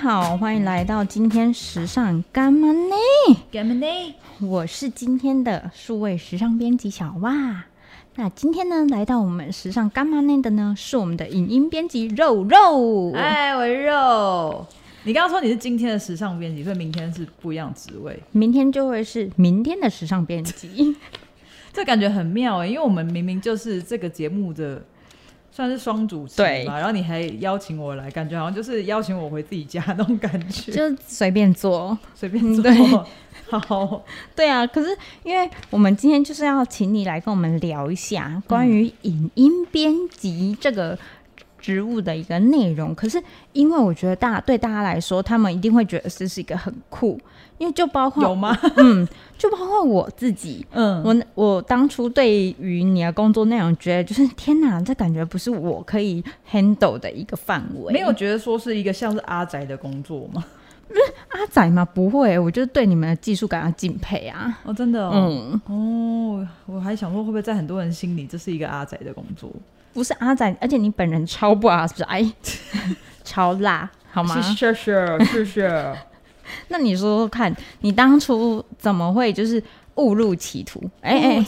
好，欢迎来到今天时尚干嘛呢？干嘛呢？我是今天的数位时尚编辑小哇。那今天呢，来到我们时尚干嘛呢的呢，是我们的影音编辑肉肉。哎，我是肉。你刚刚说你是今天的时尚编辑，所以明天是不一样职位，明天就会是明天的时尚编辑，这感觉很妙哎、因为我们明明就是这个节目的算是双主持对吧，然后你还邀请我来，感觉好像就是邀请我回自己家那种感觉，就 随便做。随便做对。好，对啊，可是因为我们今天就是要请你来跟我们聊一下关于影音编辑这个职务的一个内容。可是因为我觉得大对大家来说，他们一定会觉得这是一个很酷，因为就包有括吗？嗯， 就包括我自己。嗯，我我当初对于你的工作内容，觉得就是天哪，这感觉不是我可以 handle 的一个范围。没有觉得说是一个像是阿宅的工作吗？嗯阿仔吗？不会，我就是对你们的技术感到敬佩啊。哦，真的哦。嗯，哦，我还想说，会不会在很多人心里，这是一个阿宅的工作？不是阿仔，而且你本人超不阿仔， 超辣，好吗？是是是是。那你说说看，你当初怎么会就是误入歧途？哎、哎、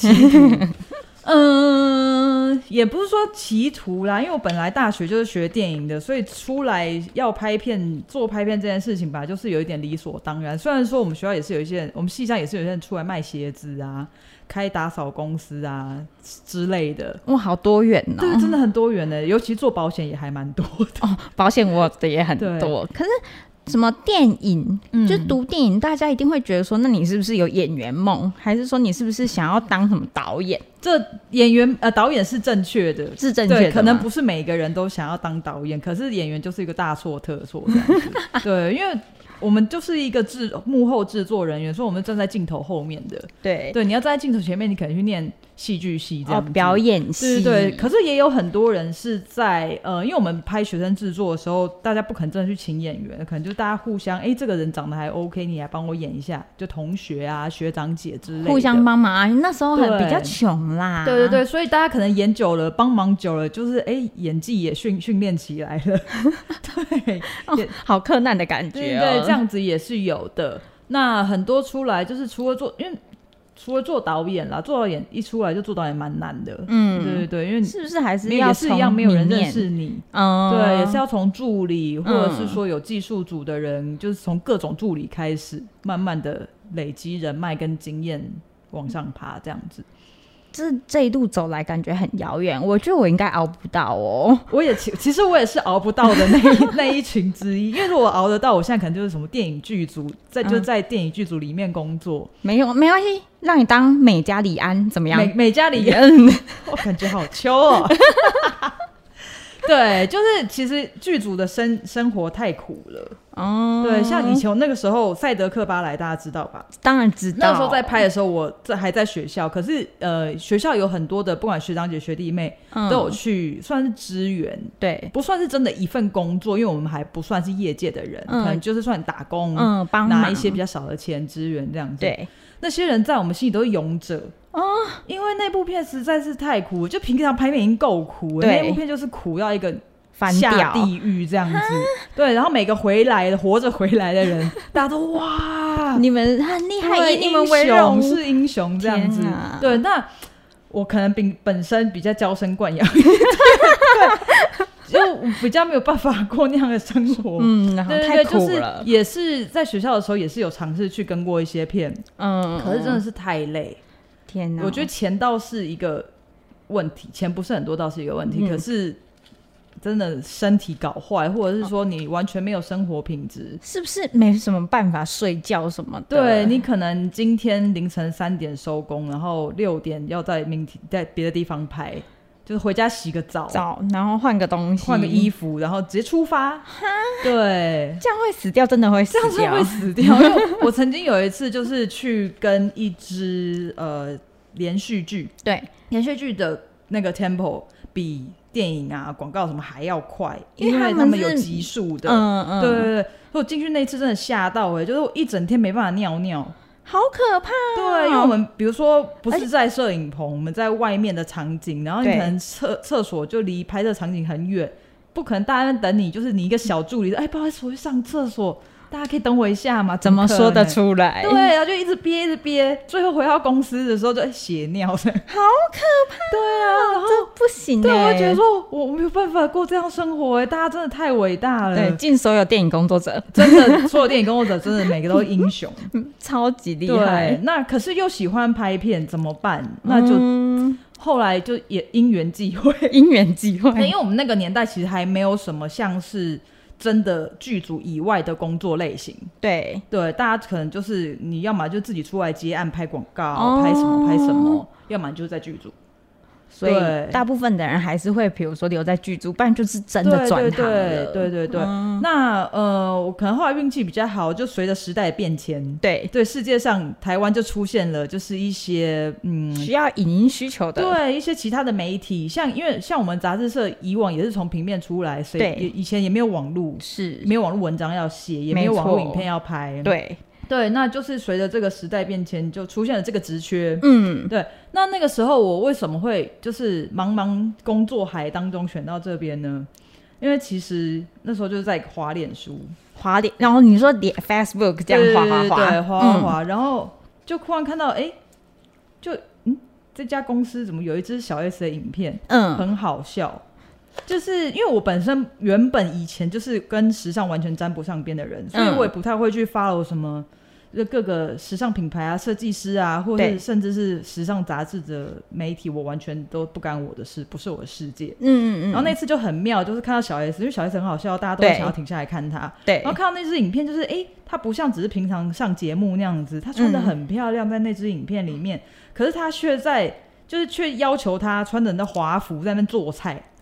嗯，也不是说歧途啦，因为我本来大学就是学电影的，所以出来要拍片、做拍片这件事情吧，就是有一点理所当然。虽然说我们学校也是有一些人，我们系上也是有些人出来卖鞋子啊、开打扫公司啊之类的。哇，好多元哦！对，真的很多元呢、尤其做保险也还蛮多的。保险我的也很多，可是。什么电影？嗯就读电影，大家一定会觉得说，那你是不是有演员梦？还是说你是不是想要当什么导演？这演员呃导演是正确的，是正确的对，吗可能不是每个人都想要当导演，可是演员就是一个大错特错这 样子。对，因为我们就是一个制幕后制作人员，所以我们站在镜头后面的。对对，你要站在镜头前面，你可能去念戏剧系这哦样、，表。演对系，对对，可是也有很多人是在呃，因为我们拍学生制作的时候，大家不可能真的去请演员，可能就大家互相，哎，这个人长得还 OK，你来帮我演一下，就同学啊、学长姐之类的，互相帮忙啊。那时候很对比较穷啦，对对对，所以大家可能演久了，帮忙久了，就是哎、演技也训训练起来 了。对哦，好困难的感对觉、哦。对，这样子也是有的。那很多出来就是除了做，因为除了做导演啦，做导演一出来就做导演蛮难的。嗯对对对，因为是不是还是没有要也是一样，从没有人里认面？识你。嗯，对，也是要从助理，或者嗯是说有技术组的人，就是从各种助理开始，慢慢的累积人脉跟经验往上爬，这样子。这这一路走来感觉很遥远，我觉得我应该熬不到哦。我也其其实我也是熬不到的那一 那一群之一，因为如果熬得到，我现在可能就是什么电影剧组，在就嗯在电影剧组里面工作，没有，没关系，让你当美加里安怎么样？美美嘉里也，嗯， 我感觉好秋 哦。对，就是其实剧组的生生活太苦了。哦，对，像以前我那个时候，赛德克巴莱大家知道吧？ 当然知道，那时候在拍的时候，我这还在学校，可是呃，学校有很多的，不管学长姐、学弟妹嗯都有去，算是支援，对，不算是真的一份工作，因为我们还不算是业界的人，嗯可能就是算打工，嗯，帮拿忙一些比较少的钱支援这样子。，对，那些人在我们心里都是勇者哦，因为那部片实在是太苦，就平常拍片已经够苦了，对那部片就是苦到一个翻下掉，地狱这样子。对，然后每个回来的活着回来 的人，大家都哇，你们很厉害，对以你们英为雄荣，是英雄这样子天啊。对，那我可能比本身比较娇 生惯养，对，就比较没有办法过那样的生活。嗯，然后对太对对，就苦是了，也是在学校的时候也是有尝试去跟过一些片，嗯，可是真的是是太累。天哪，我觉得钱倒是一个问题，钱不是很多倒是一个问题，嗯可是真的身体搞坏，或者是说你完全没有生活品质。是不是没什么办法睡觉什么的？对你可能今天凌晨三点收工，然后六点要在明天在别的地方拍，就是回家洗个澡，澡，然后换个东西，换个衣服，服，然后直接出发。对，这样会死掉，真的会死这样是掉会。死掉。 因为我曾经有一次就是去跟一支呃连续剧，对，连续剧的那个 tempo 比电影啊广告什么还要快，因为因为他他们们是有集数的。嗯嗯，对对对，所以我进去那一次真的吓到哎、欸，就是我一整天没办法尿尿。好可怕对，因为我们比如说不而且是在摄影棚，我们在外面的场景，然后你哎对可能厕厕所就离拍摄场景很远，不可能大家在等你，就是你一个小助理，哎，不好意思，我去上厕所，大家可以等我一下嘛？怎么可说得能？出来？对，然后就一直憋，一直憋，最后回到公司的时候就哎血尿好可怕。对啊，然后这不行、欸。对，我会觉得说我我没有办法过这样生活、哎，大家真的太伟大了。对，敬所有电影工作者，真的，所有电影工作者真的每个都是 英雄。嗯超级厉对害，。那可是又喜欢拍片，怎么办？那就、 嗯后来就也因缘际会，因缘际 对，因会，为我们那个年代其实还没有什么像是真的剧组以外的工作类型。对，对，大家可能就是你要么就自己出来接案拍广告，哦拍什么拍什么，要么你就在剧组。所以对大部分的人还是会，比如说留在剧组，不然就是真的转行对对了对对对。嗯那呃，我可能后来运气比较好，就随着时代的变迁，对，对世界上台湾就出现了就是一些嗯需要影音需求的，对一些其他的媒体，像因为像我们杂志社以往也是从平面出来，所以对也以前也没有网络，是，没有网络文章要写，也没有没网络错影片要拍。对，对，那就是随着这个时代变迁，就出现了这个职缺。嗯，对，那那个时候我为什么会就是茫茫工作海当中选到这边呢？因为其实那时候就是在滑脸书，滑脸，然后你说脸 Facebook 这样滑滑嗯对对对滑，滑滑滑，然后就突然看到，哎，就嗯，这家公司怎么有一支小 S 的影片？嗯，很好笑。就是因为我本身原本以前就是跟时尚完全沾不上边的人，所以嗯我也不太会去 follow 什么就各个时尚品牌啊、设计师啊，或对是甚至是时尚杂志的媒体，我完全都不干我的事，不是我的世界。嗯嗯嗯，然后那次就很妙，就是看到小 S，因为小 S 很好笑，大家都会对想要停下来看她。对然后看到那支影片，就是哎，诶她不像只是平常上节目那样子，她穿的嗯很漂亮，在那支影片里面，可是她却在就是却要求她穿着那华服在那边做菜，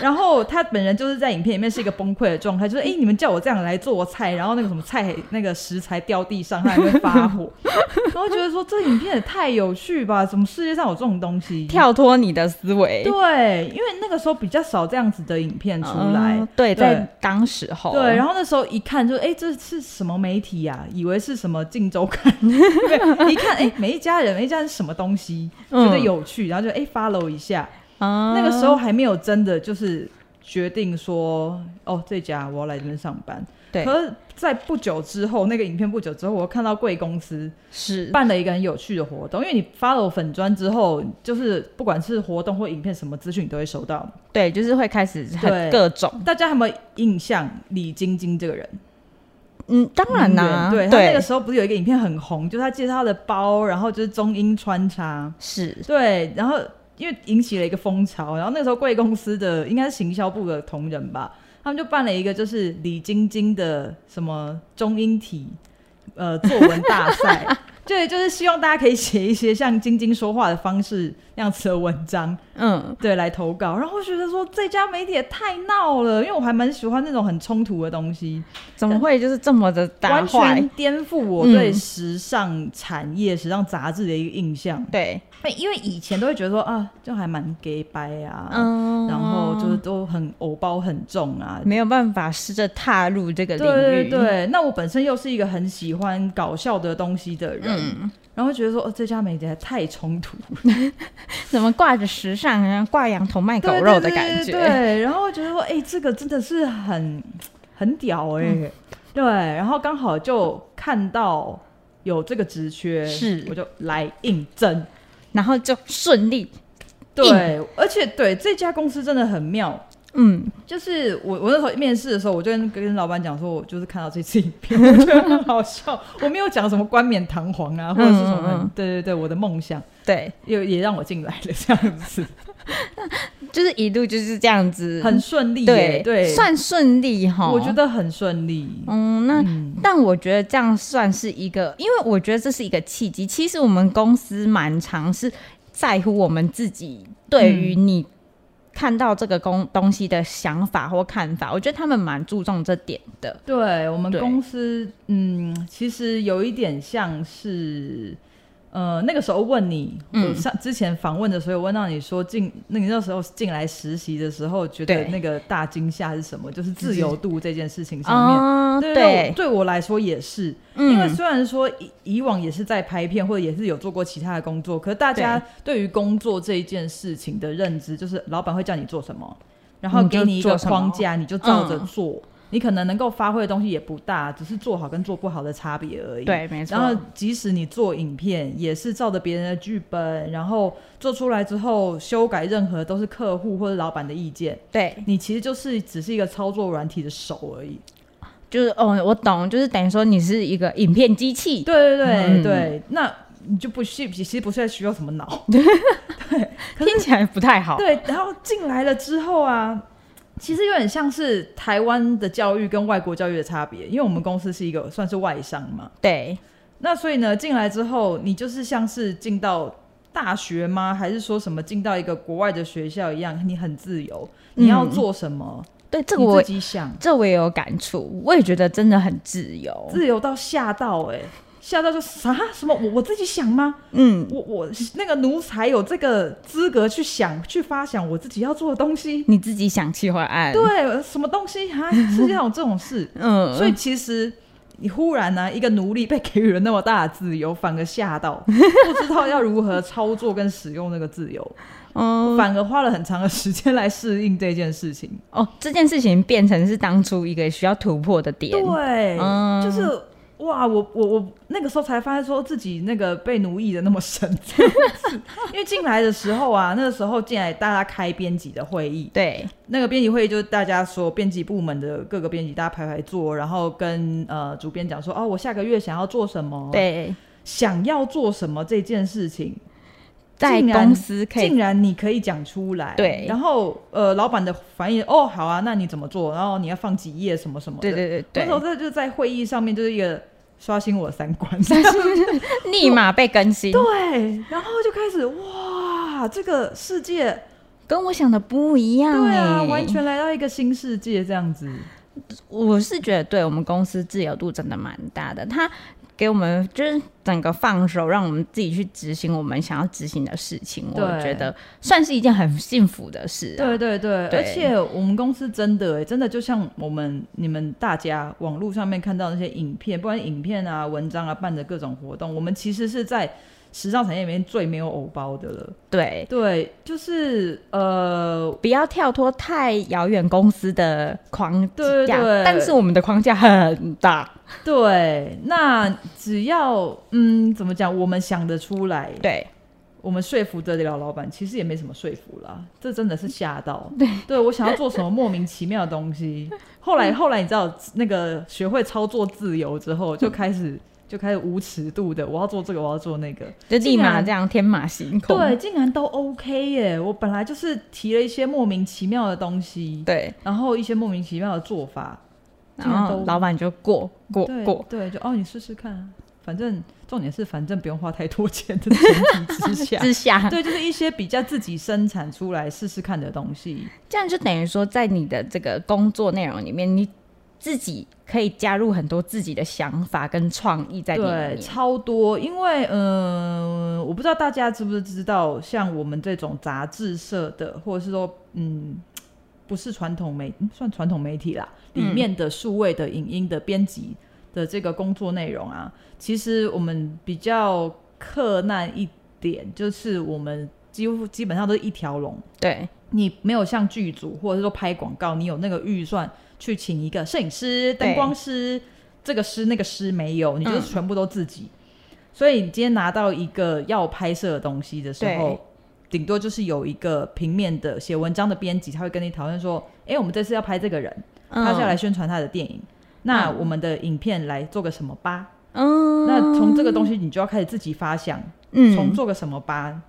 然后她本人就是在影片里面是一个崩溃的状态，就是哎， 诶你们叫我这样来做菜，然后那个什么菜那个食材掉地上，她还会发火， 然后觉得说这影片也太有趣吧，怎么世界上有这种东西？跳脱你的思维对，因为那个时候比较少这样子的影片出来。嗯对，对在当时候，对，然后后那时候一看就，哎，这是什么媒体呀、以为是什么《镜周刊》对，一看，哎，每一家人，每一家人是什么东西，嗯觉得有趣，然后就哎 follow 一下。那那个时候还没有真的就是决定说，哦，这家我要来这边上班。对可是在不久之后，那个影片不久之后，我看到贵公司是办了一个很有趣的活动，因为你 follow 粉砖之后，就是不管是活动或影片什么资讯，你都会收到。对，就是会开始很对各种，大家有没有印象李晶晶这个人？嗯，当然啦，对他那对，个时候不是有一个影片很红，就是他介绍他的包，然后就是中英穿插，是，对，然后因为引起了一个风潮，然后那时候贵公司的应该是行销部的同仁吧，他们就办了一个就是李晶晶的什么中英体呃作文大赛。 对，就是希望大家可以写一些像晶晶说话的方式那样子的文章，嗯，对，来投稿。然后我觉得说这家媒体也太闹了，因为我还蛮喜欢那种很冲突的东西。怎么会就是这么的打完全坏？颠覆我嗯对时尚产业、时尚杂志的一个印象。对，因为以前都会觉得说啊，就还蛮 gay 掰啊，嗯，然后就是都很偶包很重啊。没有办法试着踏入这个对领域，对对，那我本身又是一个很喜欢搞笑的东西的人，嗯，然后觉得说、哦、这家媒体还太冲 突，怎么挂着时尚啊，挂羊头卖狗肉的感对对对觉，对，然后觉得说，哎、这个真的是很很屌哎、嗯对，然后刚好就看到有这个职缺，是我就来应征。然后就顺利，对，而且对这家公司真的很妙。嗯，就是我，我那时候面试的时候，我就跟跟老板讲说，我就是看到这次影片，我觉得很好笑。我没有讲什么冠冕堂皇啊，或者是什么嗯很，嗯嗯对对对，我的梦想对，也也让我进来了，这样子就是一路就是这样子，很顺利耶。嗯对对，算顺利哈，我觉。得很顺利。嗯，那嗯但我觉得这样算是一个，因为我觉得这是一个契机。其实我们公司蛮常是在乎我们自己对于你看到这个公东西的想法或看法，我觉得他们蛮注重这点的。对我们对公司，嗯，其实有一点像是，呃，那个时候问你，我嗯上之前访问的时候，有问到你说进，那你那时候进来实习的时候，觉得对那个大惊吓是什么？就是自自由度这件事情上面。啊、对对，对我来说也是，因为嗯，虽然说以以往也是在拍片，或者也是有做过其他的工作，可是大家对于工作这一件事情的认知，就是老板会叫你做什么，然后你嗯给就你一个做什么框架，你就照着嗯做。你可能能够发挥的东西也不大，只是做好跟做不好的差别而已。对，没错。然后，即使你做影片，也是照着别人的剧本，然后做出来之后修改任何都是客户或者老板的意见，对，你其实就是只是一个操作软体的手而已。就是哦，我懂，就是等于说你是一个影片机器，对对对、嗯对，那你就不需其实不太需要什么 脑。可是听起来不太好。对，然后进来了之后啊，其实有点像是台湾的教育跟外国教育的差别，因为我们公司是一个算是外商嘛，对，那所以呢，进来之后，你就是像是进到大学吗？还是说什么进到一个国外的学校一样，你很自由，嗯你要做什么，对，这个你我自己想，这我也有感触，我也觉得真的很自由。自由到吓到哎、欸吓到就啥什么我我自己想吗？嗯，我我那个奴才有这个资格去想去发想我自己要做的 东西，你自己想企划案，，对，什么东西啊？世界上有这种事？嗯，所以其实你忽然呢、一个奴隶被给予了那么大的自由，反而 吓到，不知道要如何操作跟使用那个自由，嗯，反而花了很长的时间来适应这件事 情。哦，这件事情变成是当初一个需要突破的点。对嗯就是哇，我我我那个时候才发现说自己那个被奴役的那么深， 因为进来的时候啊，那个时候进来大家开编辑的会议，对，那个编辑会议就是大家说编辑部门的各个编辑大家排排坐，然后跟呃主编讲说哦，我下个月想要做什么，对，想要做什么这件事情，在竟然公司可以竟然你可以讲出来。对然后呃，老板的反应哦，好啊，那你怎么做？然后你要放几页什么什么的。对对对那时候这就是在会议上面就是一个刷新我的三观。 对，立马被更新，对，然后就开始哇，这个世界，跟我想的不一样、欸。对啊，完。全来到一个新世界这样子。我是觉得对我们公司自由度真的蛮大的，它给我们就是整个放手，让我们自己去执行我们想要执行的事情。我对觉得算是一件很幸福的事、啊。对对对，对而且我们公司真的、欸、真的就像我们你们大家网络上面看到那些影片，不管影片啊、文章啊，办的各种活动，我们其实是在时尚产业里面最没有偶包的了。对，对，就是呃，不要跳脱太遥远公司的框架，对对但是我们的框架很大。对，那只要嗯，怎么讲，我们想得出来，对，我们说服得了老板，其实也没什么说服啦，这真的是吓到。对，对我想要做什么莫名其妙的东西，后来后来你知道那个学会操作自由之后，就开始就开始无尺度的，我要做这个，我要做那个，就立竟马然这样天马行空。对，竟然都 OK 耶！我本来就是提了一些莫名其妙的东西，对，然后一些莫名其妙的做法，然竟然后都哦老板就过过对过，对，就哦，你试试看啊，反正重点是反正不用花太多钱的前提之下。之下，对，就是一些比较自己生产出来试试看的东西。这样就等于说，在你的这个工作内容里面，你自己可以加入很多自己的想法跟创意在里对，面。超多，因为嗯、呃我不知道大家知不知道，像我们这种杂志社的，或者是说嗯，不是传统媒，嗯算传统媒体啦，里嗯面的数位的影音的编辑的这个工作内容啊，其实我们比较克难一点，就是我们几乎基本上都是一条龙。对你没有像剧组或者是说拍广告，你有那个预算去请一个摄影师、对灯光师，这个师那个师没有，你就是嗯全部都自己。所以你今天拿到一个要拍摄的东西的时对候，顶多就是有一个平面的写文章的编辑，他会跟你讨论说：“哎、我们这次要拍这个人，他是要来宣传他的电影，那嗯我们的影片来做个什么吧？”嗯，那从这个东西，你就要开始自己发想，从嗯，做个什么吧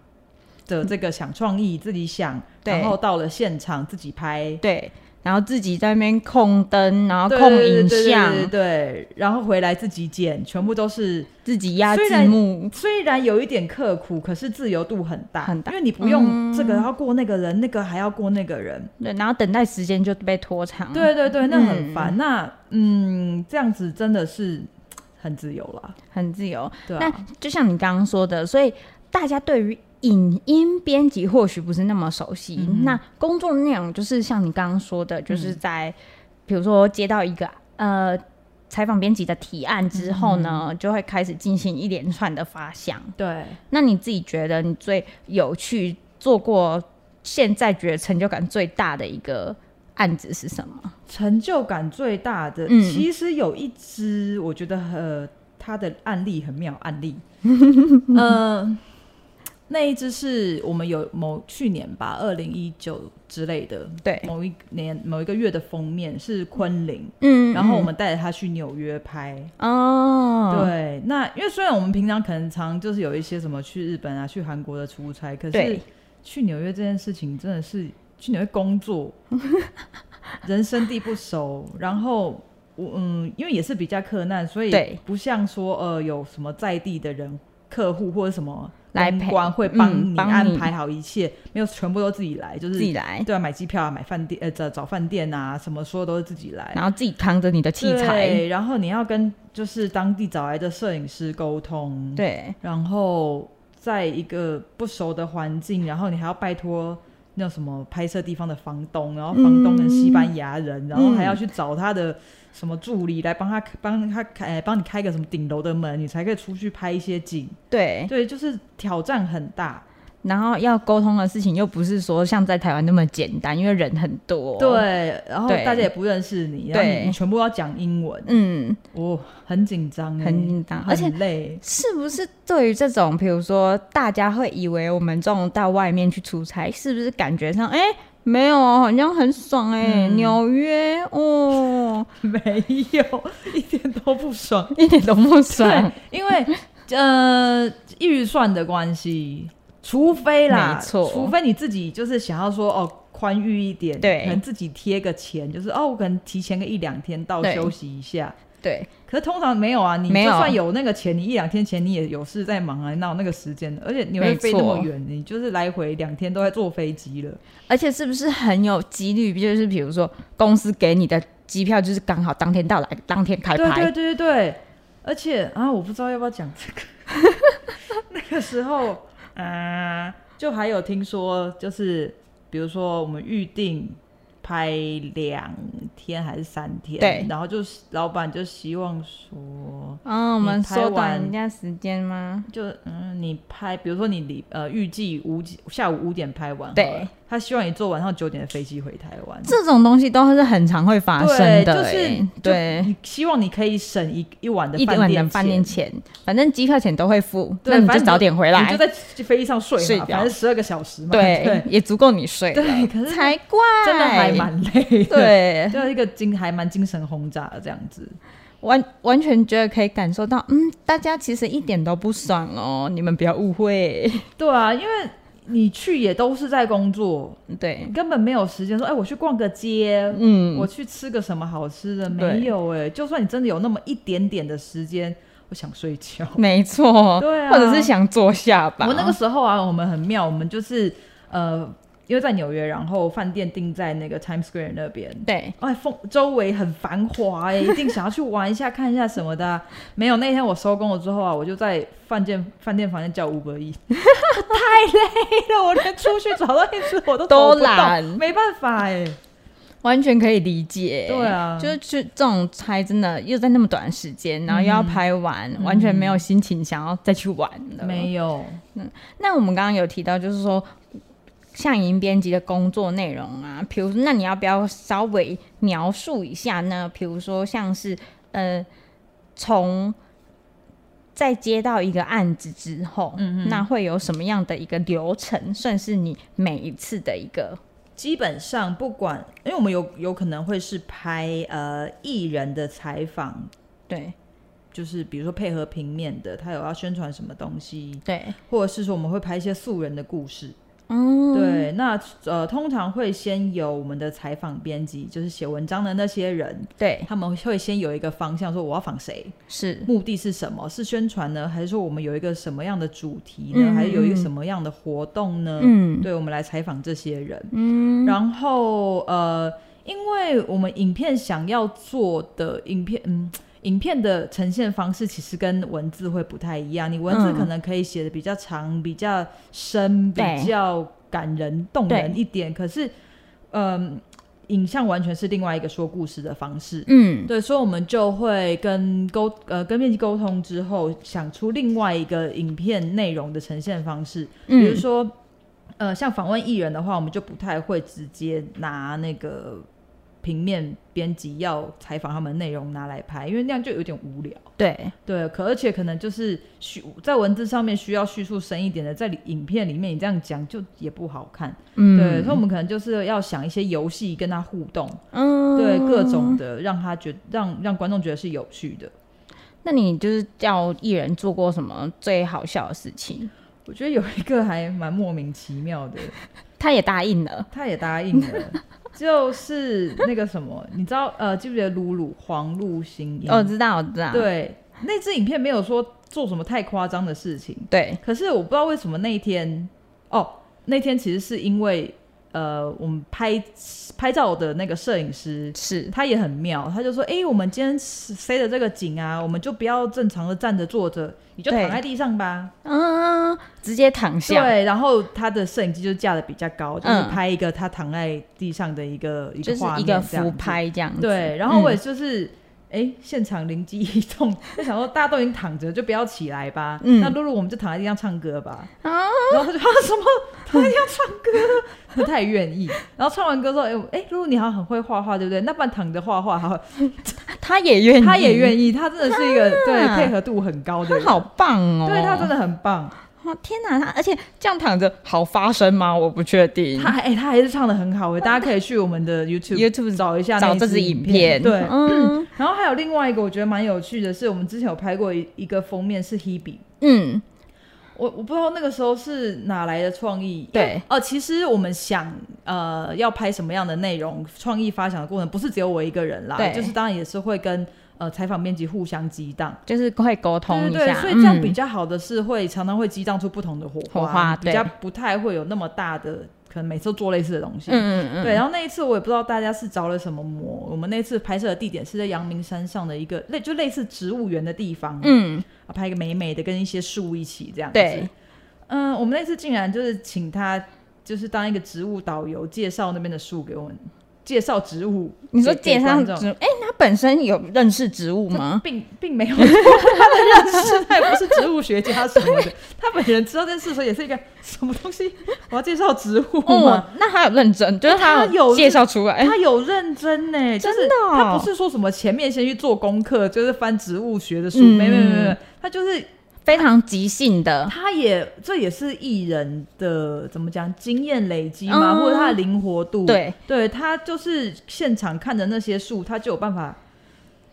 的这个想创意，自己想，对然后到了现场自己拍，对，然后自己在那边控灯，然后嗯对控对影对像，对对对，然后回来自己剪，全部都是自己压虽字然幕，虽然有一点刻苦，可是自由度很大，很大因为你不用这个要过那个人，那个还要过那个人，对，然后等待时间就被拖长。对对对，那很烦。那嗯，这样子真的是很自由啦，很自由。对那啊，就像你刚刚说的，所以大家对于影音编辑或许不是那么熟悉。嗯哼嗯那工作内容就是像你刚刚说的，就是在比、如说接到一个呃采访编辑的提案之后嗯呢，就会开始进行一连串的发想。对。那你自己觉得你最有趣做过现在觉得成就感最大的一个案子是什么？成就感最大的，嗯其实有一支我觉得呃，它的案例很妙，案例，呃，那一支是我们有某去年吧，二零一九之类的对，某一年某一个月的封面是昆凌，嗯然后我们带着他去纽约拍。哦，对，那因为虽然我们平常可能常就是有一些什么去日本啊、去韩国的出差，可是对去纽约这件事情真的是去纽约工作，人生地不熟，然后。我嗯，因为也是比较克难，所以对不像说呃有什么在地的人客户或者什么来公陪关会嗯帮你帮安你排好一切，没有全部都自己来，就是自己来，对啊，买机票啊，买饭店呃找找饭店啊，什么说都是自己来，然后自己扛着你的器材，对，然后你要跟就是当地找来的摄影师沟通，，对，然后在一个不熟的环境，然后你还要拜托那什么拍摄地方的房东，然后房东是西班牙人，然后还要去找他的什么助理来帮他帮他开、哎帮你开个什么顶楼的门，你才可以出去拍一些景，对，对，就是挑战很大，然后要沟通的事情又不是说像在台湾那么简单，因为人很多，，对，然后对大家也不认识你，然后对你你全部要讲英文，嗯，我、哦很紧张、欸，很紧张，嗯而且很累。是不是对于这种，比如说大家会以为我们这种到外面去出差，是不是感觉上哎、没有哦，好像很爽哎、嗯纽、约 哦， 没有，一点都 不爽。一点都不爽，因为呃预算的关系，除非啦，没错除非你自己就是想要说哦宽裕一点，对可能自己贴个钱，就是哦我可能提前个一两天到对休息一下。对，可是通常没有啊，你没就有算有那个钱，你一两天前你也有事在忙啊，哪有那个时间的？而且你会没飞那么错远，你就是来回两天都在坐飞机了。而且是不是很有几率，就是比如说公司给你的机票就是刚好当天到来，当天开对对拍，对对对，而且啊，我不知道要不要讲 这个。那个时候，呃，就还有听说，就是比如说我们预定拍两天还是三天，对然后就是老板就希望说，嗯，我们你拍缩完短人家时间吗？就嗯，你拍，比如说你离呃预计五点下午五点拍完好了，对他希望你坐晚上九点的飞机回台湾，这种东西都是很常会发生对，的、就是哎就对，你希望你可以省一一晚的一饭晚店的饭店钱，反正机票钱都会付，对那你反就正早点回你来就。在飞机上睡嘛，睡觉反正十二个小时嘛，对，也足够你睡了。对，可是才怪，真的还蛮累的，对，就是一个精还蛮精神轰炸的这样子，完完全觉得可以感受到，嗯，大家其实一点都不爽哦，你们不要误会。对啊，因为你去也都是在工作，对，根本没有时间说，哎，我去逛个街。嗯，我去吃个什么好吃的？对没有哎、就算你真的有那么一点点的时间，我想睡觉。没错，对啊或者是想坐下吧。我那个时候啊，我们很妙，我们就是呃，因为在纽约，然后饭店定在那个 Times Square 那边，对，哎，风周围很繁华哎、 一定想要去玩一下、看一下什么的啊、没有，那天我收工了之后啊，我就在饭店饭店房间叫 Uber E，我 太累了，我连出去找到一只我都都找不到懒没办法哎、完全可以理解。对啊就是去这种差，真的又在那么短的时间，然后又要拍完，完全没有心情想要再去玩了。没有，那我们刚刚有提到，就是说像影音编辑的工作内容啊，比如那你要不要稍微描述一下呢？比如说像是呃，从在接到一个案子之后，嗯嗯，那会有什么样的一个流程，算是你每一次的一个基本上不管，因为我们有有可能会是拍呃艺人的采访，对就是比如说配合平面的，他有要宣传什么东西，对或者是说我们会拍一些素人的故事。嗯对，那呃，通常会先由我们的采访编辑，就是写文章的那些人，对他们会先有一个方向，说我要访谁，是目的是什么？是宣传呢，还是说我们有一个什么样的主题呢？嗯还是有一个嗯什么样的活动呢？嗯对，我们来采访这些人。嗯然后呃，因为我们影片想要做的影片，嗯。影片的呈现方式其实跟文字会不太一样，你文字嗯可能可以写的比较长、比较深、比对较感人、动对人一点，可是，嗯、影像完全是另外一个说故事的方式。嗯对，所以我们就会跟沟呃跟编辑沟通之后，想出另外一个影片内容的呈现方式，比如嗯说，呃，像访问艺人的话，我们就不太会直接拿那个平面编辑要采访他们的内容拿来拍，因为那样就有点无聊。对，对，可而且可能就是叙在文字上面需要叙述深一点的，在里影片里面你这样讲就也不好看。嗯，对，所以我们可能就是要想一些游戏跟他互动，嗯，对各种。的让他觉让让观众觉得是有趣的。那你就是叫艺人做过什么最好笑的事情？我觉得有一个还蛮莫名其妙的，他也答应了，他也答 应了，就是那个什么，你知道呃，记不记得鲁鲁黄露欣？哦我知道，我知道，嗯对，那支影片没有说做什么太夸张的事情，对，可是我不知道为什么那一天，哦，那天其实是因为呃，我们拍拍照的那个摄影师。是，他也很妙，他就说：“哎、我们今天塞的这个景啊，我们就不要正常的站着坐着，你就对躺在地上吧。嗯，直接躺对下，”然后他的摄影机就架的比较高，就是嗯拍一个他躺在地上的一个、一就个是画一面，个浮。拍这样子。对，然后我也嗯就是哎、诶现场灵机一动， 就想说大家都已经躺着，就不要起来吧。嗯那露露，我们就躺在地上唱歌吧。啊然后他就啊什么， 他要唱歌， 不太愿意。然后唱完歌之后，哎、我哎、露露你好像很会画画，对不对？那不然躺着画画好了，他也愿意，他也意，愿意，他真的是一个对啊配合度很高的他人，好棒哦，对他真的很棒。哦，天哪，他而且这样躺着好发声吗？我不确定他。还哎、他还是唱的很好哎，大家可以去我们的 YouTube YouTube 找一下找那这支支影片， 对，嗯然后还有另外一个我觉得蛮有趣的是，我们之前有拍过一一个封面是 Hebe，嗯，我我不知道那个时候是哪来的创意。对因为哦、其实我们想呃要拍什么样的内容，创意发想的过程不是只有我一个人啦，对就是当然也是会跟呃采访编辑互相激荡。就是会沟对通一对对，下，所以这样嗯比较好的是会常常会激荡出不同的火花，火花比对较不太会有那么大的，可能每次都做类似的东西。嗯嗯嗯，对，然后那一次我也不知道大家是着了什么魔。我们那次拍摄的地点是在阳明山上的一个类就类似植物园的地方，嗯啊，拍一个美美的跟一些树一起这样子。对，嗯，我们那次竟然就是请他就是当一个植物导游，介绍那边的树给我们，介绍植物给。你说给介绍观众植物，哎，他本身有认识植物吗？并并没有 他的认识，他也不是植物学家什么的。他本人知道这件事的时候，也是一个什么东西？我要介绍植物吗？哦，那他有认真，就是哦他有介绍出来，他有认真呢，就是真的哦他不是说什么前面先去做功课，就是翻植物学的书，嗯没没没没，他就是非常即兴的，他也这也是艺人的怎么讲经验累积嘛，嗯或者他的灵活度，，对，对他就是现场看着那些树，他就有办法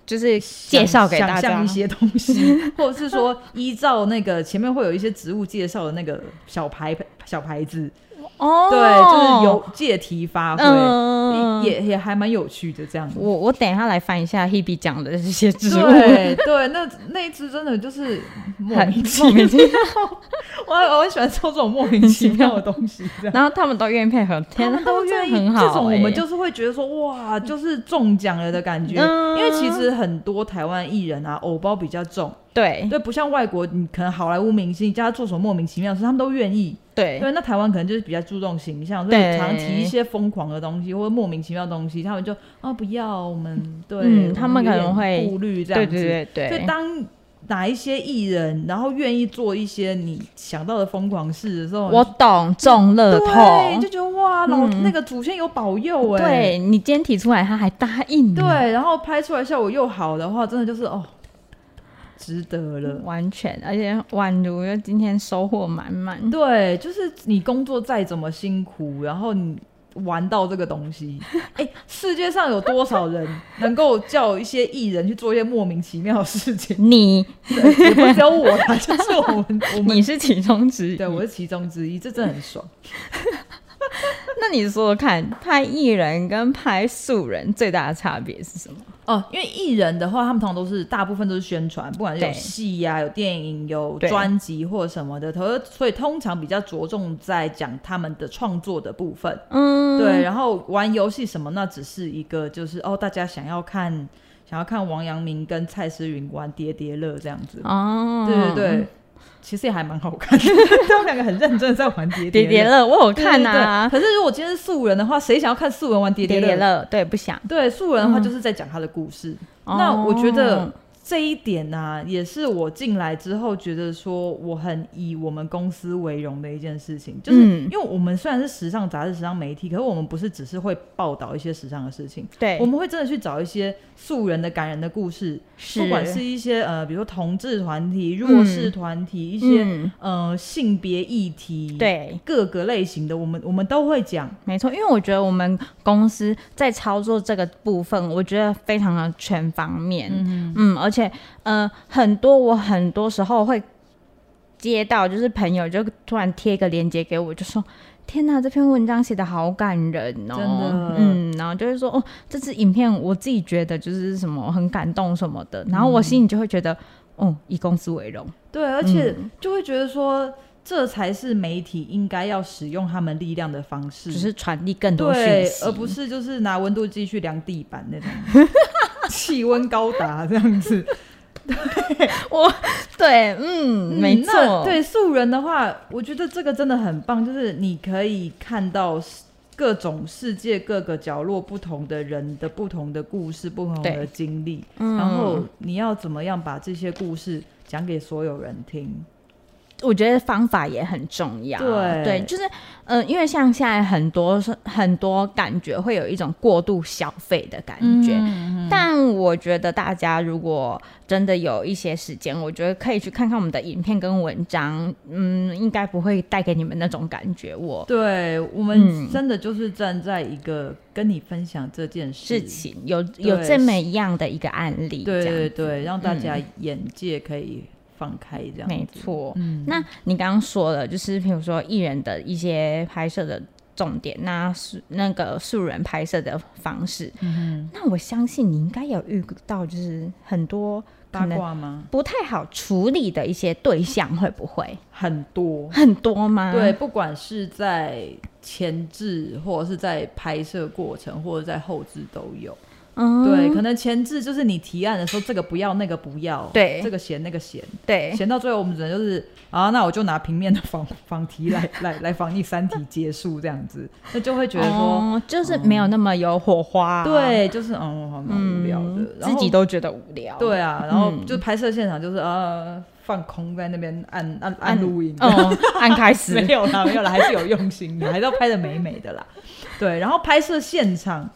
就是介绍给想大想家象一。些东 西，或者是说依照那个前面会有一些植物介绍的那个小牌小牌子，哦，对，就是有借题发挥。嗯，也也还蛮有趣的，这样子。我我等一下来翻一下 Hebe 讲的这些植物，对对，那那一只真的就是莫很名其莫妙，名其妙， 我我很喜欢做这种莫名其妙的东西，这样。然后他们都愿意配合，天 哪，他们都们真的愿意，很好欸。这种我们就是会觉得说，哇，就是中奖了的感觉。嗯因为其实很多台湾艺人啊，偶包比较重，对对，不像外国，你可能好莱坞明星叫他做什么莫名其妙的事，他们都愿意。对对，那台湾可能就是比较注重形象，所以对常提一些疯狂的东西或者莫名其妙的东西，他们就啊不要，我们对，嗯我他们有可能点会顾虑这对样对子。对所以对，当哪一些艺人，然后愿意做一些你想到的疯狂事的时候，我懂中乐对透就，觉得哇，老、嗯那个祖先有保佑哎、对你今天提出来，他还答应你，对，然后拍出来效果又好的话，真的就是哦，值得了。完全，而且宛如就今天收获满满。对，就是你工作再怎么辛苦，然后你玩到这个东 西，哎、世界上有多少人能够叫一些艺人去做一些莫名其妙的 事情？你也不只有我啦，就是我们 我们你是其中之一，对我是其中之一，这真的很爽。 那你说说看，拍艺人跟拍素人最大的差别是什么？哦，因为艺人的话，他们通常都是大部分都是宣传，不管是有对戏呀、有电影、有对专辑或什么的，可是所以通常比较着重在讲他们的创作的部分。嗯，对，，然后玩游戏什么，那只是一个就是哦，大家想要看想要看王阳明跟蔡诗芸玩叠叠乐这样子。哦，对对对，，其实也还蛮好看的， 他们两个很认真的在玩叠叠叠乐。乐我有对看对对啊，可是如果今天是素人的话，谁想要看素人玩叠叠乐？叠乐，对，不想。对，素人的话嗯就是在讲他的故事。那我觉得哦这一点呢、也是我进来之后觉得说我很以我们公司为荣的一件事情，就是嗯因为我们虽然是时尚杂志、时尚媒体，可是我们不是只是会报道一些时尚的事情，对我，们会真的去找一些素人的感人的故事，是不管是一些呃，比如说同志团体、弱势团体，一些、嗯，呃性别议题，，对，各个类型的，我们我们都会讲。没错，因为我觉得我们公司在操作这个部分，我觉得非常的全方面，嗯而且呃，很多我很多时候会接到，就是朋友就突然贴一个链接给我，就说。天呐，这篇文章写的好感人哦！真的嗯，然后就是说，哦，这支影片我自己觉得就是什么很感动什么的，然后我心里就会觉得，哦，以公司为荣，对，而且嗯就会觉得说，这才是媒体应该要使用他们力量的方式，只是传递更多讯对，息，而不是就是拿温度计去量地板那种 气温高达这样子。对，嗯，没那错，对素人的话，我觉得这个真的很棒，就是你可以看到世各种世界各个角落不同的人的不同的故事、不同的对经历，嗯，然后你要怎么样把这些故事讲给所有人听？我觉得方法也很重要。对就是嗯、呃因为像现在很多是很多感觉会有一种过度消费的感觉。嗯但我觉得大家如果真的有一些时间，我觉得可以去看看我们的影片跟文章，嗯，应该不会带给你们那种感觉。我对我们嗯真的就是站在一个跟你分享这件事事。情有有这么一样的一个案例，对这样对子嗯对，让大家眼界可以放开，这样没子。错。嗯，那你刚刚说了，就是比如说艺人的一些拍摄的重点，那是那个素人拍摄的方式。嗯那我相信你应该有遇到，就是很多哼可八能卦吗？不太好处理的一些对象，会不会很多，很多吗？对，，不管是在前置或者是在拍摄过程，或者在后置都有。嗯，对，可能前置就是你提案的时候，这个不要，那个不要，对这个嫌那个嫌，对，嫌到最后我们只能就是啊，那我就拿平面的仿仿题来来来仿你三题结束这样子，那就会觉得说。嗯哦，就是没有那么有火花、，对，就是嗯，好蛮嗯，无聊的，自然后己都觉得无聊，对啊，然后嗯就拍摄现场就是呃放空在那边按按按按录音，嗯，按开 没始，有啦，没有啦，还是有用心的，还是要拍的美美的啦。对，然后拍摄现场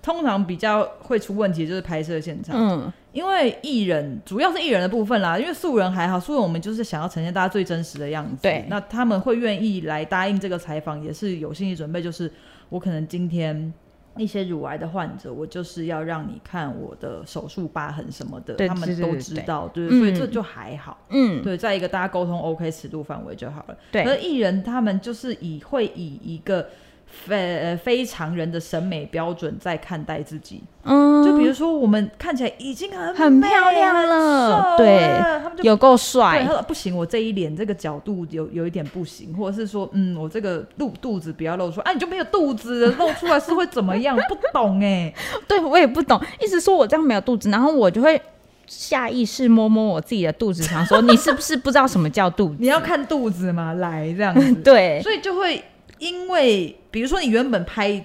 通常比较会出问题，就是拍摄现场，嗯，因为艺人主要是艺人的部分啦，因为素人还好，素人我们就是想要呈现大家最真实的样子。对那他们会愿意来答应这个采访，也是有心理准备，就是我可能今天。一些乳癌的患者，我就是要让你看我的手术疤痕什么的，对他对们对都对知对道，对，嗯所以这就还好。嗯，对，在一个大家沟通 OK 尺度范围就好了。对可是艺人他们就是以会以一个非呃非常人的审美标准在看待自己，嗯，就比如说我们看起来已经很很美漂亮很了瘦对他们就有够对帅他，说啊不行，我这一脸这个角度有有一点不行，或者是说嗯，我这个肚肚子不要露出，啊，你就没有肚子了，露出来是会怎么样？不懂哎、对我也不懂，一直说我这样没有肚子，然后我就会下意识摸摸我自己的肚子，想说你是不是不知道什么叫肚 子？你要看肚子嘛，来这样子，对，所以就会因为，比如说你原本拍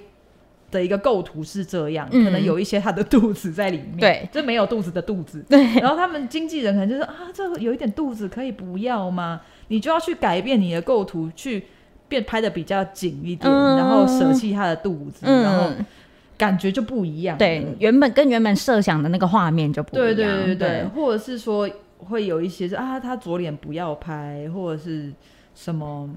的一个构图是这样，嗯可能有一些他的肚子在里面，对，这没有肚子的肚子，对。然后他们经纪人可能就是啊，这个有一点肚子可以不要吗？你就要去改变你的构图，去变拍的比较紧一点，嗯然后舍弃他的肚子，然后嗯，感觉就不一样了，对，原本跟原本设想的那个画面就不一对样，对对对对，或者是说会有一些是啊，他左脸不要拍，或者是什么。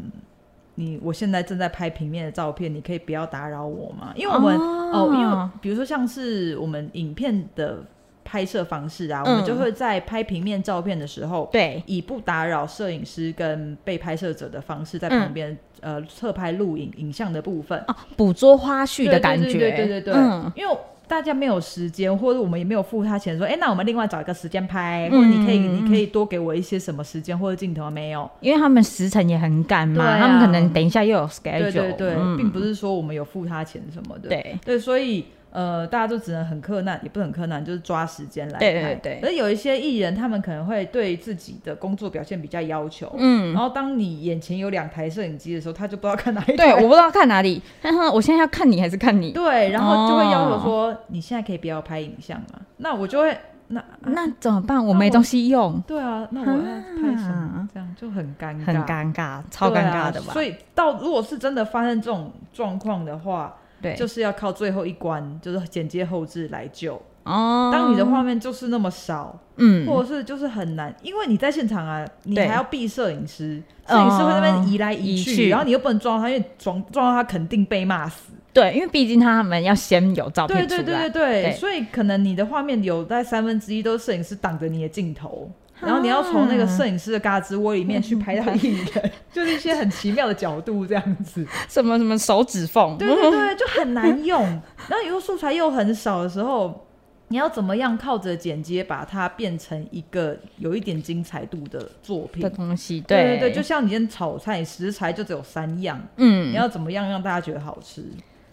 你我现在正在拍平面的照片，你可以不要打扰我吗？因为我啊们哦因为比如说像是我们影片的拍摄方式啊，我们嗯就会在拍平面照片的时候，对，以不打扰摄影师跟被拍摄者的方式，嗯在旁边、呃侧拍录影影像的部分。哦，捕捉花絮的感觉，对对对对对对嗯，因为大家没有时间，或者我们也没有付他钱，说，哎、那我们另外找一个时间拍，或者你可以，嗯你可以多给我一些什么时间或者镜头啊没有？因为他们时辰也很赶嘛，对啊他们可能等一下又有 schedule，对对对，嗯哎并不是说我们有付他钱什么的。对，对，所以呃，大家就只能很克难，也不是很克难，就是抓时间来拍。对对对而有一些艺人，他们可能会对自己的工作表现比较要求。嗯然。后，当你眼前有两台摄影机的时候，他就不知道看哪一台。对，我不知道看哪里， 但是我现在要看你还是看你？哦对，然后就会要求说、你现在可以不要拍影像嘛？那我就会那那怎么办？我没东西用，对啊，那我要拍什么啊？这样就很尴尬，很尴尬，超尴尬的对啊吧？所以到如果是真的发生这种状况的话，对，就是要靠最后一关，就是剪接后置来救。哦，当你的画面就是那么少，嗯，或者是就是很难，因为你在现场啊，你对还要避摄影师，摄哦影师会在那边移来移移去，去然后你又不能撞到他，因为撞撞到他肯定被骂死。对，因为毕竟他们要先有照片对出来，对对对对，对所以可能你的画面有在三分之一都是摄影师挡着你的镜头。然后你要从那个摄影师的嘎吱窝里面去拍到艺 人，就是一些很奇妙的角度这样子。什么什么手指缝， 对对对，就很难用。 然后以后素材又很少的时候，你要怎么样靠着剪接把它变成一个有一点精彩度的作品的？东西，对对，对就像你今天炒菜，食材就只有三样，你嗯，要怎么样让大家觉得好吃？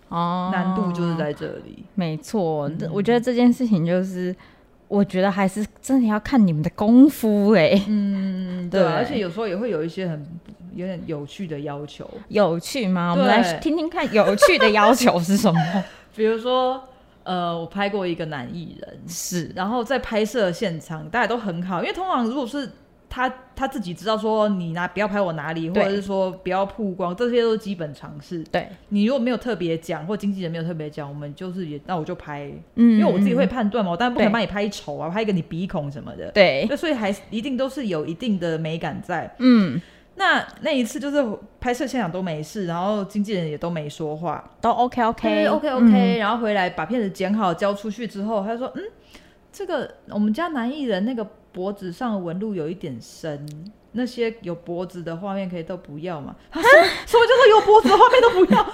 哦，难度就是在嗯这里。没错，这我觉得这件事情就是，我觉得还是真的要看你们的功夫哎、嗯，对啊，对而且有时候也会有一些很有点有趣的要求，有趣吗？我们对来听听看有趣的要求是什 么？比如说，呃，我拍过一个男艺人，是然后在拍摄现场，大家都很好，因为通常如果是他他自己知道说你哪不要拍我哪里，或对者是说不要曝光，这些都是基本常识。对，你如果没有特别讲，或经纪人没有特别讲，我们就是也那我就拍，嗯因为我自己会判断嘛，我当然不可能对帮你拍丑啊，拍一个你鼻孔什么的。对，对，所以还是一定都是有一定的美感在。嗯，那那一次就是拍摄现场都没事，然后经纪人也都没说话，都 OK 对 OK OK 嗯 OK，、然后回来把片子剪好交出去之后，他就说嗯，这个我们家男艺人那个脖子上的纹路有一点深。那些有脖子的画面可以都不要 嘛？他说什么叫做有脖子的画面都不要？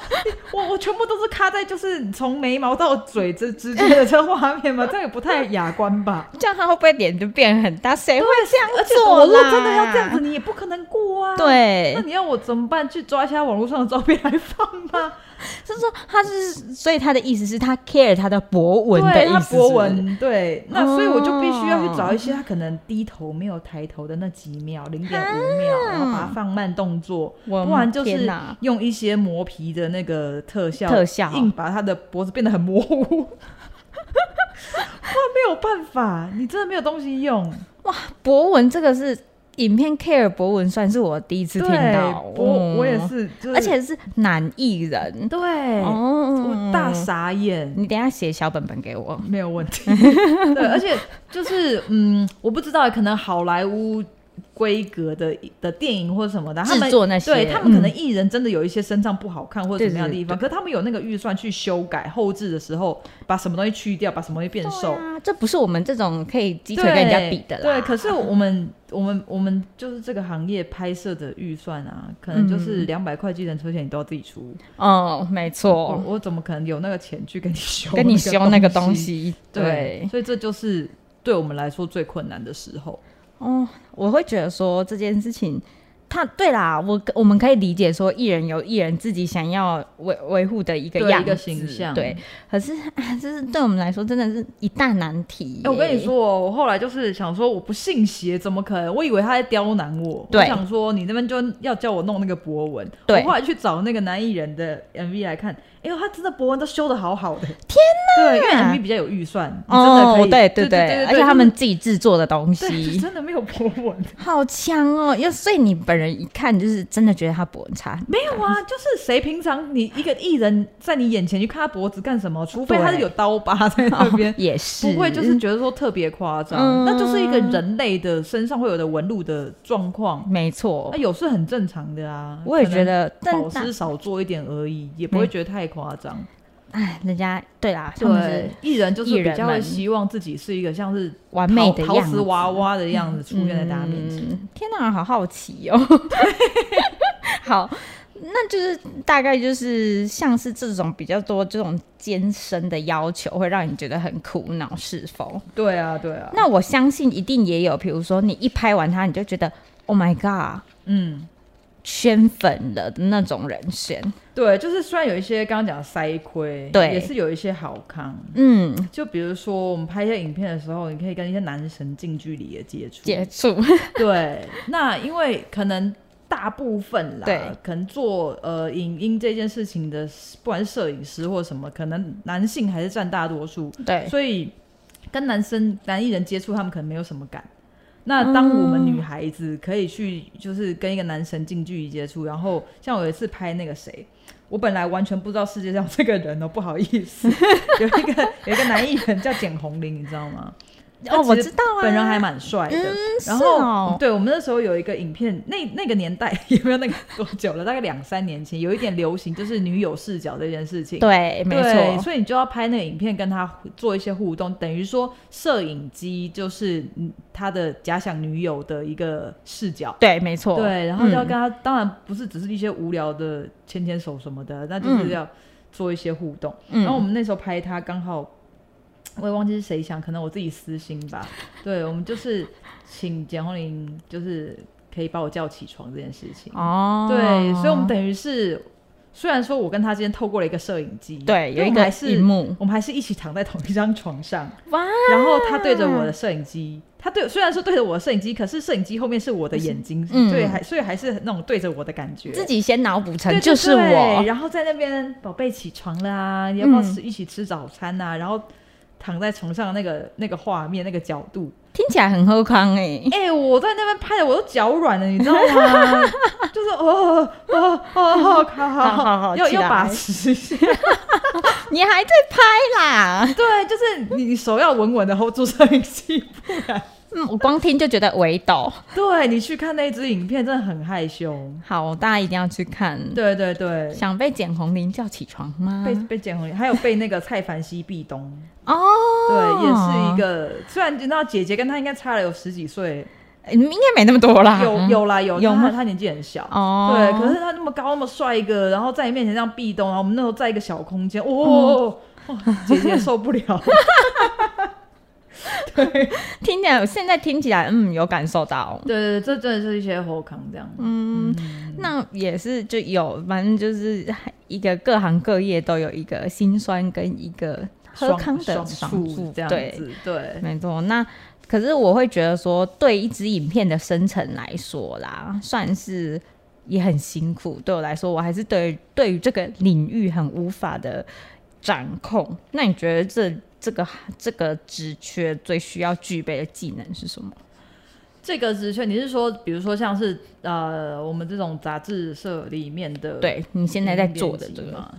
我我全部都是卡在就是从眉毛到嘴这之间的这画面嘛，这样也不太雅观 吧？这样他会不会脸就变很大？啊谁会这样而且做我如果啦？真的要这样子，你也不可能过啊。，对那，你要我怎么办？去抓一下网络上的照片来放吗？就是说他是，所以他的意思是他 care 他的博 文的对，意他思是不是，博文对，那所以我就必须要哦去找一些他可能低头没有抬头的那几秒，零点啊五秒，然后把它放慢动作，我不然就天是哪用一些磨皮的那个特效，特效硬把他的脖子变得很模糊。 哇，没有办法，你真的没有东西用。博文这个是影片 care 博文，算是我第一次对听到，，我嗯我也，是，就是而且是男艺人对，哦我大傻眼。你等一下写小本本给我，没有问 题。对，而且就是嗯，我不知道，可能好莱坞规格的的电影或者什么的，他制们作那些，对他们可能嗯艺人真的有一些身上不好看或者怎么样的地方，可是他们有那个预算去修改后置的时候，把什么东西去掉，把什么东西变瘦。对啊，这不是我们这种可以鸡对腿跟人家比的啦，对，可是我们我们我们就是这个行业拍摄的预算啊，可能嗯就是两百块计程车钱你都要自己出，哦，没我错，我怎么可能有那个钱去跟你修跟你修那个东东？西，对，对，所以这就是对我们来说最困难的时候。哦，我会觉得说这件事情。他对啦，我我们可以理解说艺人有艺人自己想要维维护的一个对样一个子形象对。可是啊，这是对我们来说真的是一大难题、哎、我跟你，说哦，我后来就是想说，我不信邪，怎么可能？我以为他在刁难我，我对想说你那边就要叫我弄那个博文，对我后来去找那个男艺人的 MV 来看，哎呦，他真的博文都修的好好的，天哪！对，因为 MV 比较有预算，你真的哦可，以，对对对对，而且他们就是自己制作的东对就西真的没有博文，好强哦，要所以你本人一看就是真的觉得他脖子差， 没有啊，就是谁平常你一个艺人在你眼前去看他脖子干什么？除非他是对有刀疤在那边，哦也是不会就是觉得说特别夸张，嗯那就是一个人类的身上会有的纹路的状况，没那、错，有是很正常的啊。我也觉得，哎可能但保但湿少做一点而已，也不会觉得太夸张。哎，人家对啦，他们对是，艺人就是艺人比较会们希望自己是一个像是完淘美的陶样瓷子，娃娃的样子出现在大家面前。嗯，天哪，好好奇哦。 好，那就是大概就是像是这种比较多这种艰深的要求，会让你觉得很苦恼，是否？对啊，对啊，那我相信一定也有，比如说你一拍完他，你就觉得 Oh my God，嗯。圈粉了的那种人选。对，就是虽然有一些刚刚讲的塞亏，对也是有一些好康。嗯，就比如说我们拍一些影片的时候，你可以跟一些男神近距离的接触，接触 对，那因为可能大部分啦，对可能做呃影音这件事情的，不管是摄影师或什么，可能男性还是占大多数，对所以跟男生男艺人接触，他们可能没有什么感。那当我们女孩子可以去，就是跟一个男神近距离接触，然后像我有一次拍那个谁，我本来完全不知道世界上有这个人哦，不好意思， 有一个有一个男艺人叫简红林，你知道吗？哦，我知道啊，本人还蛮帅的。然是后、哦对我们那时候有一个影片，那那个年代也没有那个多久了，大概两三年前，有一点流行就是女友视角这件事情。对，没对错，所以你就要拍那个影片，跟他互做一些互动，等于说摄影机就是嗯他的假想女友的一个视角。对，没错，对，然后就要跟嗯他，当然不是只是一些无聊的牵牵手什么的，那就是嗯要做一些互动。嗯然后我们那时候拍他，刚好我也忘记是谁想，可能我自己私心 吧。对，我们就是请简红林，就是可以把我叫起床这件事情。哦，对，所以我们等于是，虽然说我跟他之间透过了一个摄影机，对但有我一们个还荧是幕，我们还是一起躺在同一张床上，哇，然后他对着我的摄影机，他对虽然说对着我的摄影机，可是摄影机后面是我的眼睛，嗯对，还所以还是那种对着我的感觉。自己先脑补对成就是对对我，然后在那边宝贝起床了啊，你要不要嗯吃、一起吃早餐啊？然后躺在床上的那个那个画面那个角 度，听起来很喝康哎， 哎、我在那边拍的我都脚软了，你知道 吗？就是哦哦哦哦，好好好好好要起要来把持一下， 你还在拍啦？对，就是你你手要稳稳的 hold 住摄 影机，不然嗯，我光听就觉得围抖，对你去看那支影片真的很害羞。好，大家一定要去看。对对对，想被简红林叫起床吗？被被捡回，还有被那个蔡凡熙壁咚，对，嗯哦，也是一个。虽然你知道姐姐跟她应该差了有十几岁，哎，你们应该没那么多啦，嗯有有啦有，有她吗她年纪很小。哦，对，可是她那么高那么帅一个，然后在你面前这样壁咚，然后我们那时候在一个小空嗯间，哦哦，哦哦姐姐受不 了，听起来现在听起来，嗯，有感受到。对对对，这真的是一些后康这样，嗯，那也是就有，反正就是一个各行各业都有一个辛酸跟一个喝爽康的爽爽处处，这样对，子，对，没错。那可是我会觉得说，对一支影片的生成来说啦，算是也很辛苦。对我来说，我还是对对于这个领域很无法的掌控。那你觉得这这个这个职缺最需要具备的技能是什么？这个职缺，你是说，比如说像是呃，我们这种杂志社里面的对你现在在做的编这辑个，嘛？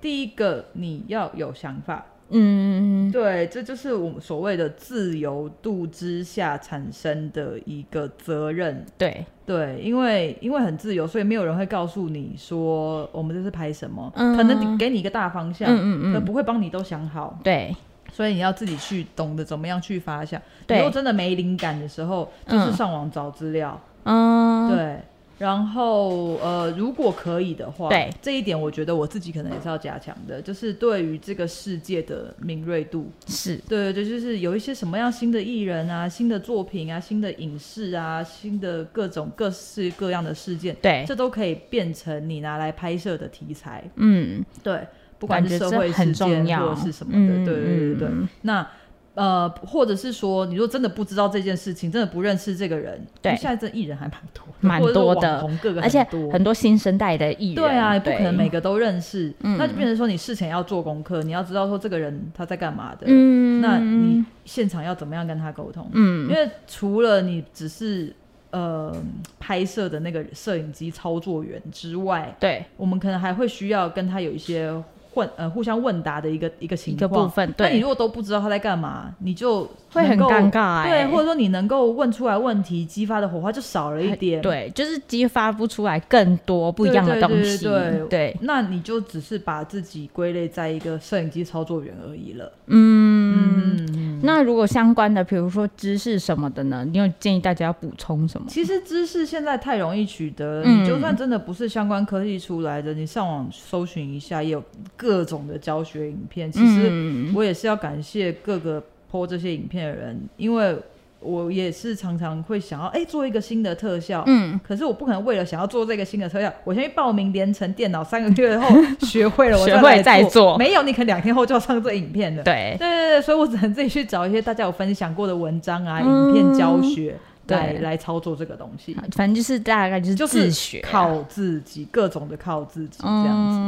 第一个你要有想法，嗯，对，这就是我们所谓的自由度之下产生的一个责任。对，对，因为因为很自由，所以没有人会告诉你说我们这是拍什么，嗯可能给你一个大方向，嗯嗯可嗯，不会帮你都想好，对，所以你要自己去懂得怎么样去发想。对如果真的没灵感的时候，就是嗯上网找资料。嗯，对，然后呃，如果可以的话，对这一点，我觉得我自己可能也是要加强的，就是对于这个世界的敏锐度。是，对对对，就是有一些什么样新的艺人啊、新的作品啊、新的影视啊、新的各种各式各样的事件，对，这都可以变成你拿来拍摄的题材。嗯，对，不感管觉是社这会很事重件要，或者是什么的，嗯对对对对。嗯嗯那呃，或者是说，你如果真的不知道这件事情，真的不认识这个人，对因为现在这艺人还蛮多的，蛮或者是多的网红各个而且多。嗯很多新生代的艺人，对啊，也不可能每对个都认识，嗯那就变成说你事前要做功课，你要知道说这个人他在干嘛的，嗯，那你现场要怎么样跟他沟通？因嗯为除了你只是呃拍摄的那个摄影机操作员之外，对我们可能还会需要跟他有一些混呃互相问答的一个一个一情个部况。分，那你对如，果都不知道他在干嘛，你就会很能够尴尬欸，对，或者说你能够问出来问题，激发的火花就少了一点。，对，就是激发不出来更多不一样的对东对对西，对对，那你就只是把自己归类在一个摄影机操作员而已了。嗯。嗯，那如果相关的，比如说知识什么的呢？你有建议大家要补充什么？其实知识现在太容易取得了，嗯你就算真的不是相关科技出来的，你上网搜寻一下，也有各种的教学影片。其实嗯我也是要感谢各个播这些影片的人，因为我也是常常会想要哎、做一个新的特效。嗯，可是我不可能为了想要做这个新的特效，我先去报名连成电脑，三个月后 学会了，我学再会来再做。做没有，你可能两天后就要上这影片了。对对对对，所以我只能自己去找一些大家有分享过的文章啊、嗯影片教学，来对来操作这个东西，反正就是大概就是就是自学啊、靠自己，各种的靠自己这样子。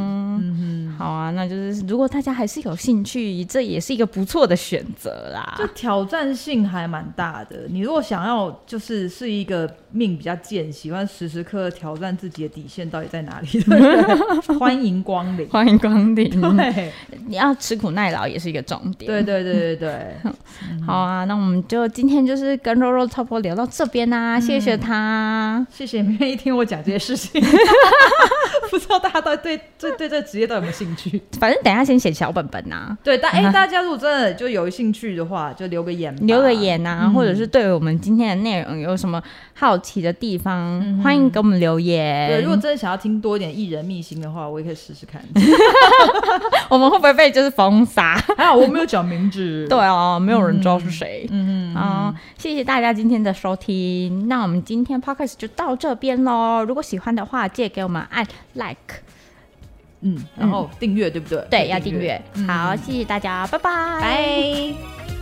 嗯嗯好啊，那就是如果大家还是有兴趣，这也是一个不错的选择啦哼，。就挑战性还蛮大的。你如果想要就是是一个命比较贱，喜欢时时刻刻挑战自己的底线到底在哪里的 人，欢迎光临。欢迎光临，对你要吃苦耐劳也是一个重点。对对对对对， 嗯好啊，那我们就今天就是跟肉肉差不多聊到这边啦、嗯谢谢他。谢谢你愿意听我讲这些事 情。不知道大家到底对对对这个职业到底有没有兴趣？反正等一下先写小本本呐、 对，但哎、嗯哼大家如果真的就有兴趣的话，就留个言吧，留个言呐、嗯或者是对我们今天的内容有什么好奇的地方，嗯哼欢迎给我们留言。对，如果真的想要听多一点艺人秘辛的话，我也可以试试看。我们会不会被就是封杀？ 还好我没有讲名字。对，哦，没有人知道是谁。嗯好，谢谢大家今天的收听。那我们今天 podcast 就到这边喽。如果喜欢的话，记得给我们按 like，嗯，然后订阅对不对？对，要订阅。嗯好，谢谢大家，拜拜。拜。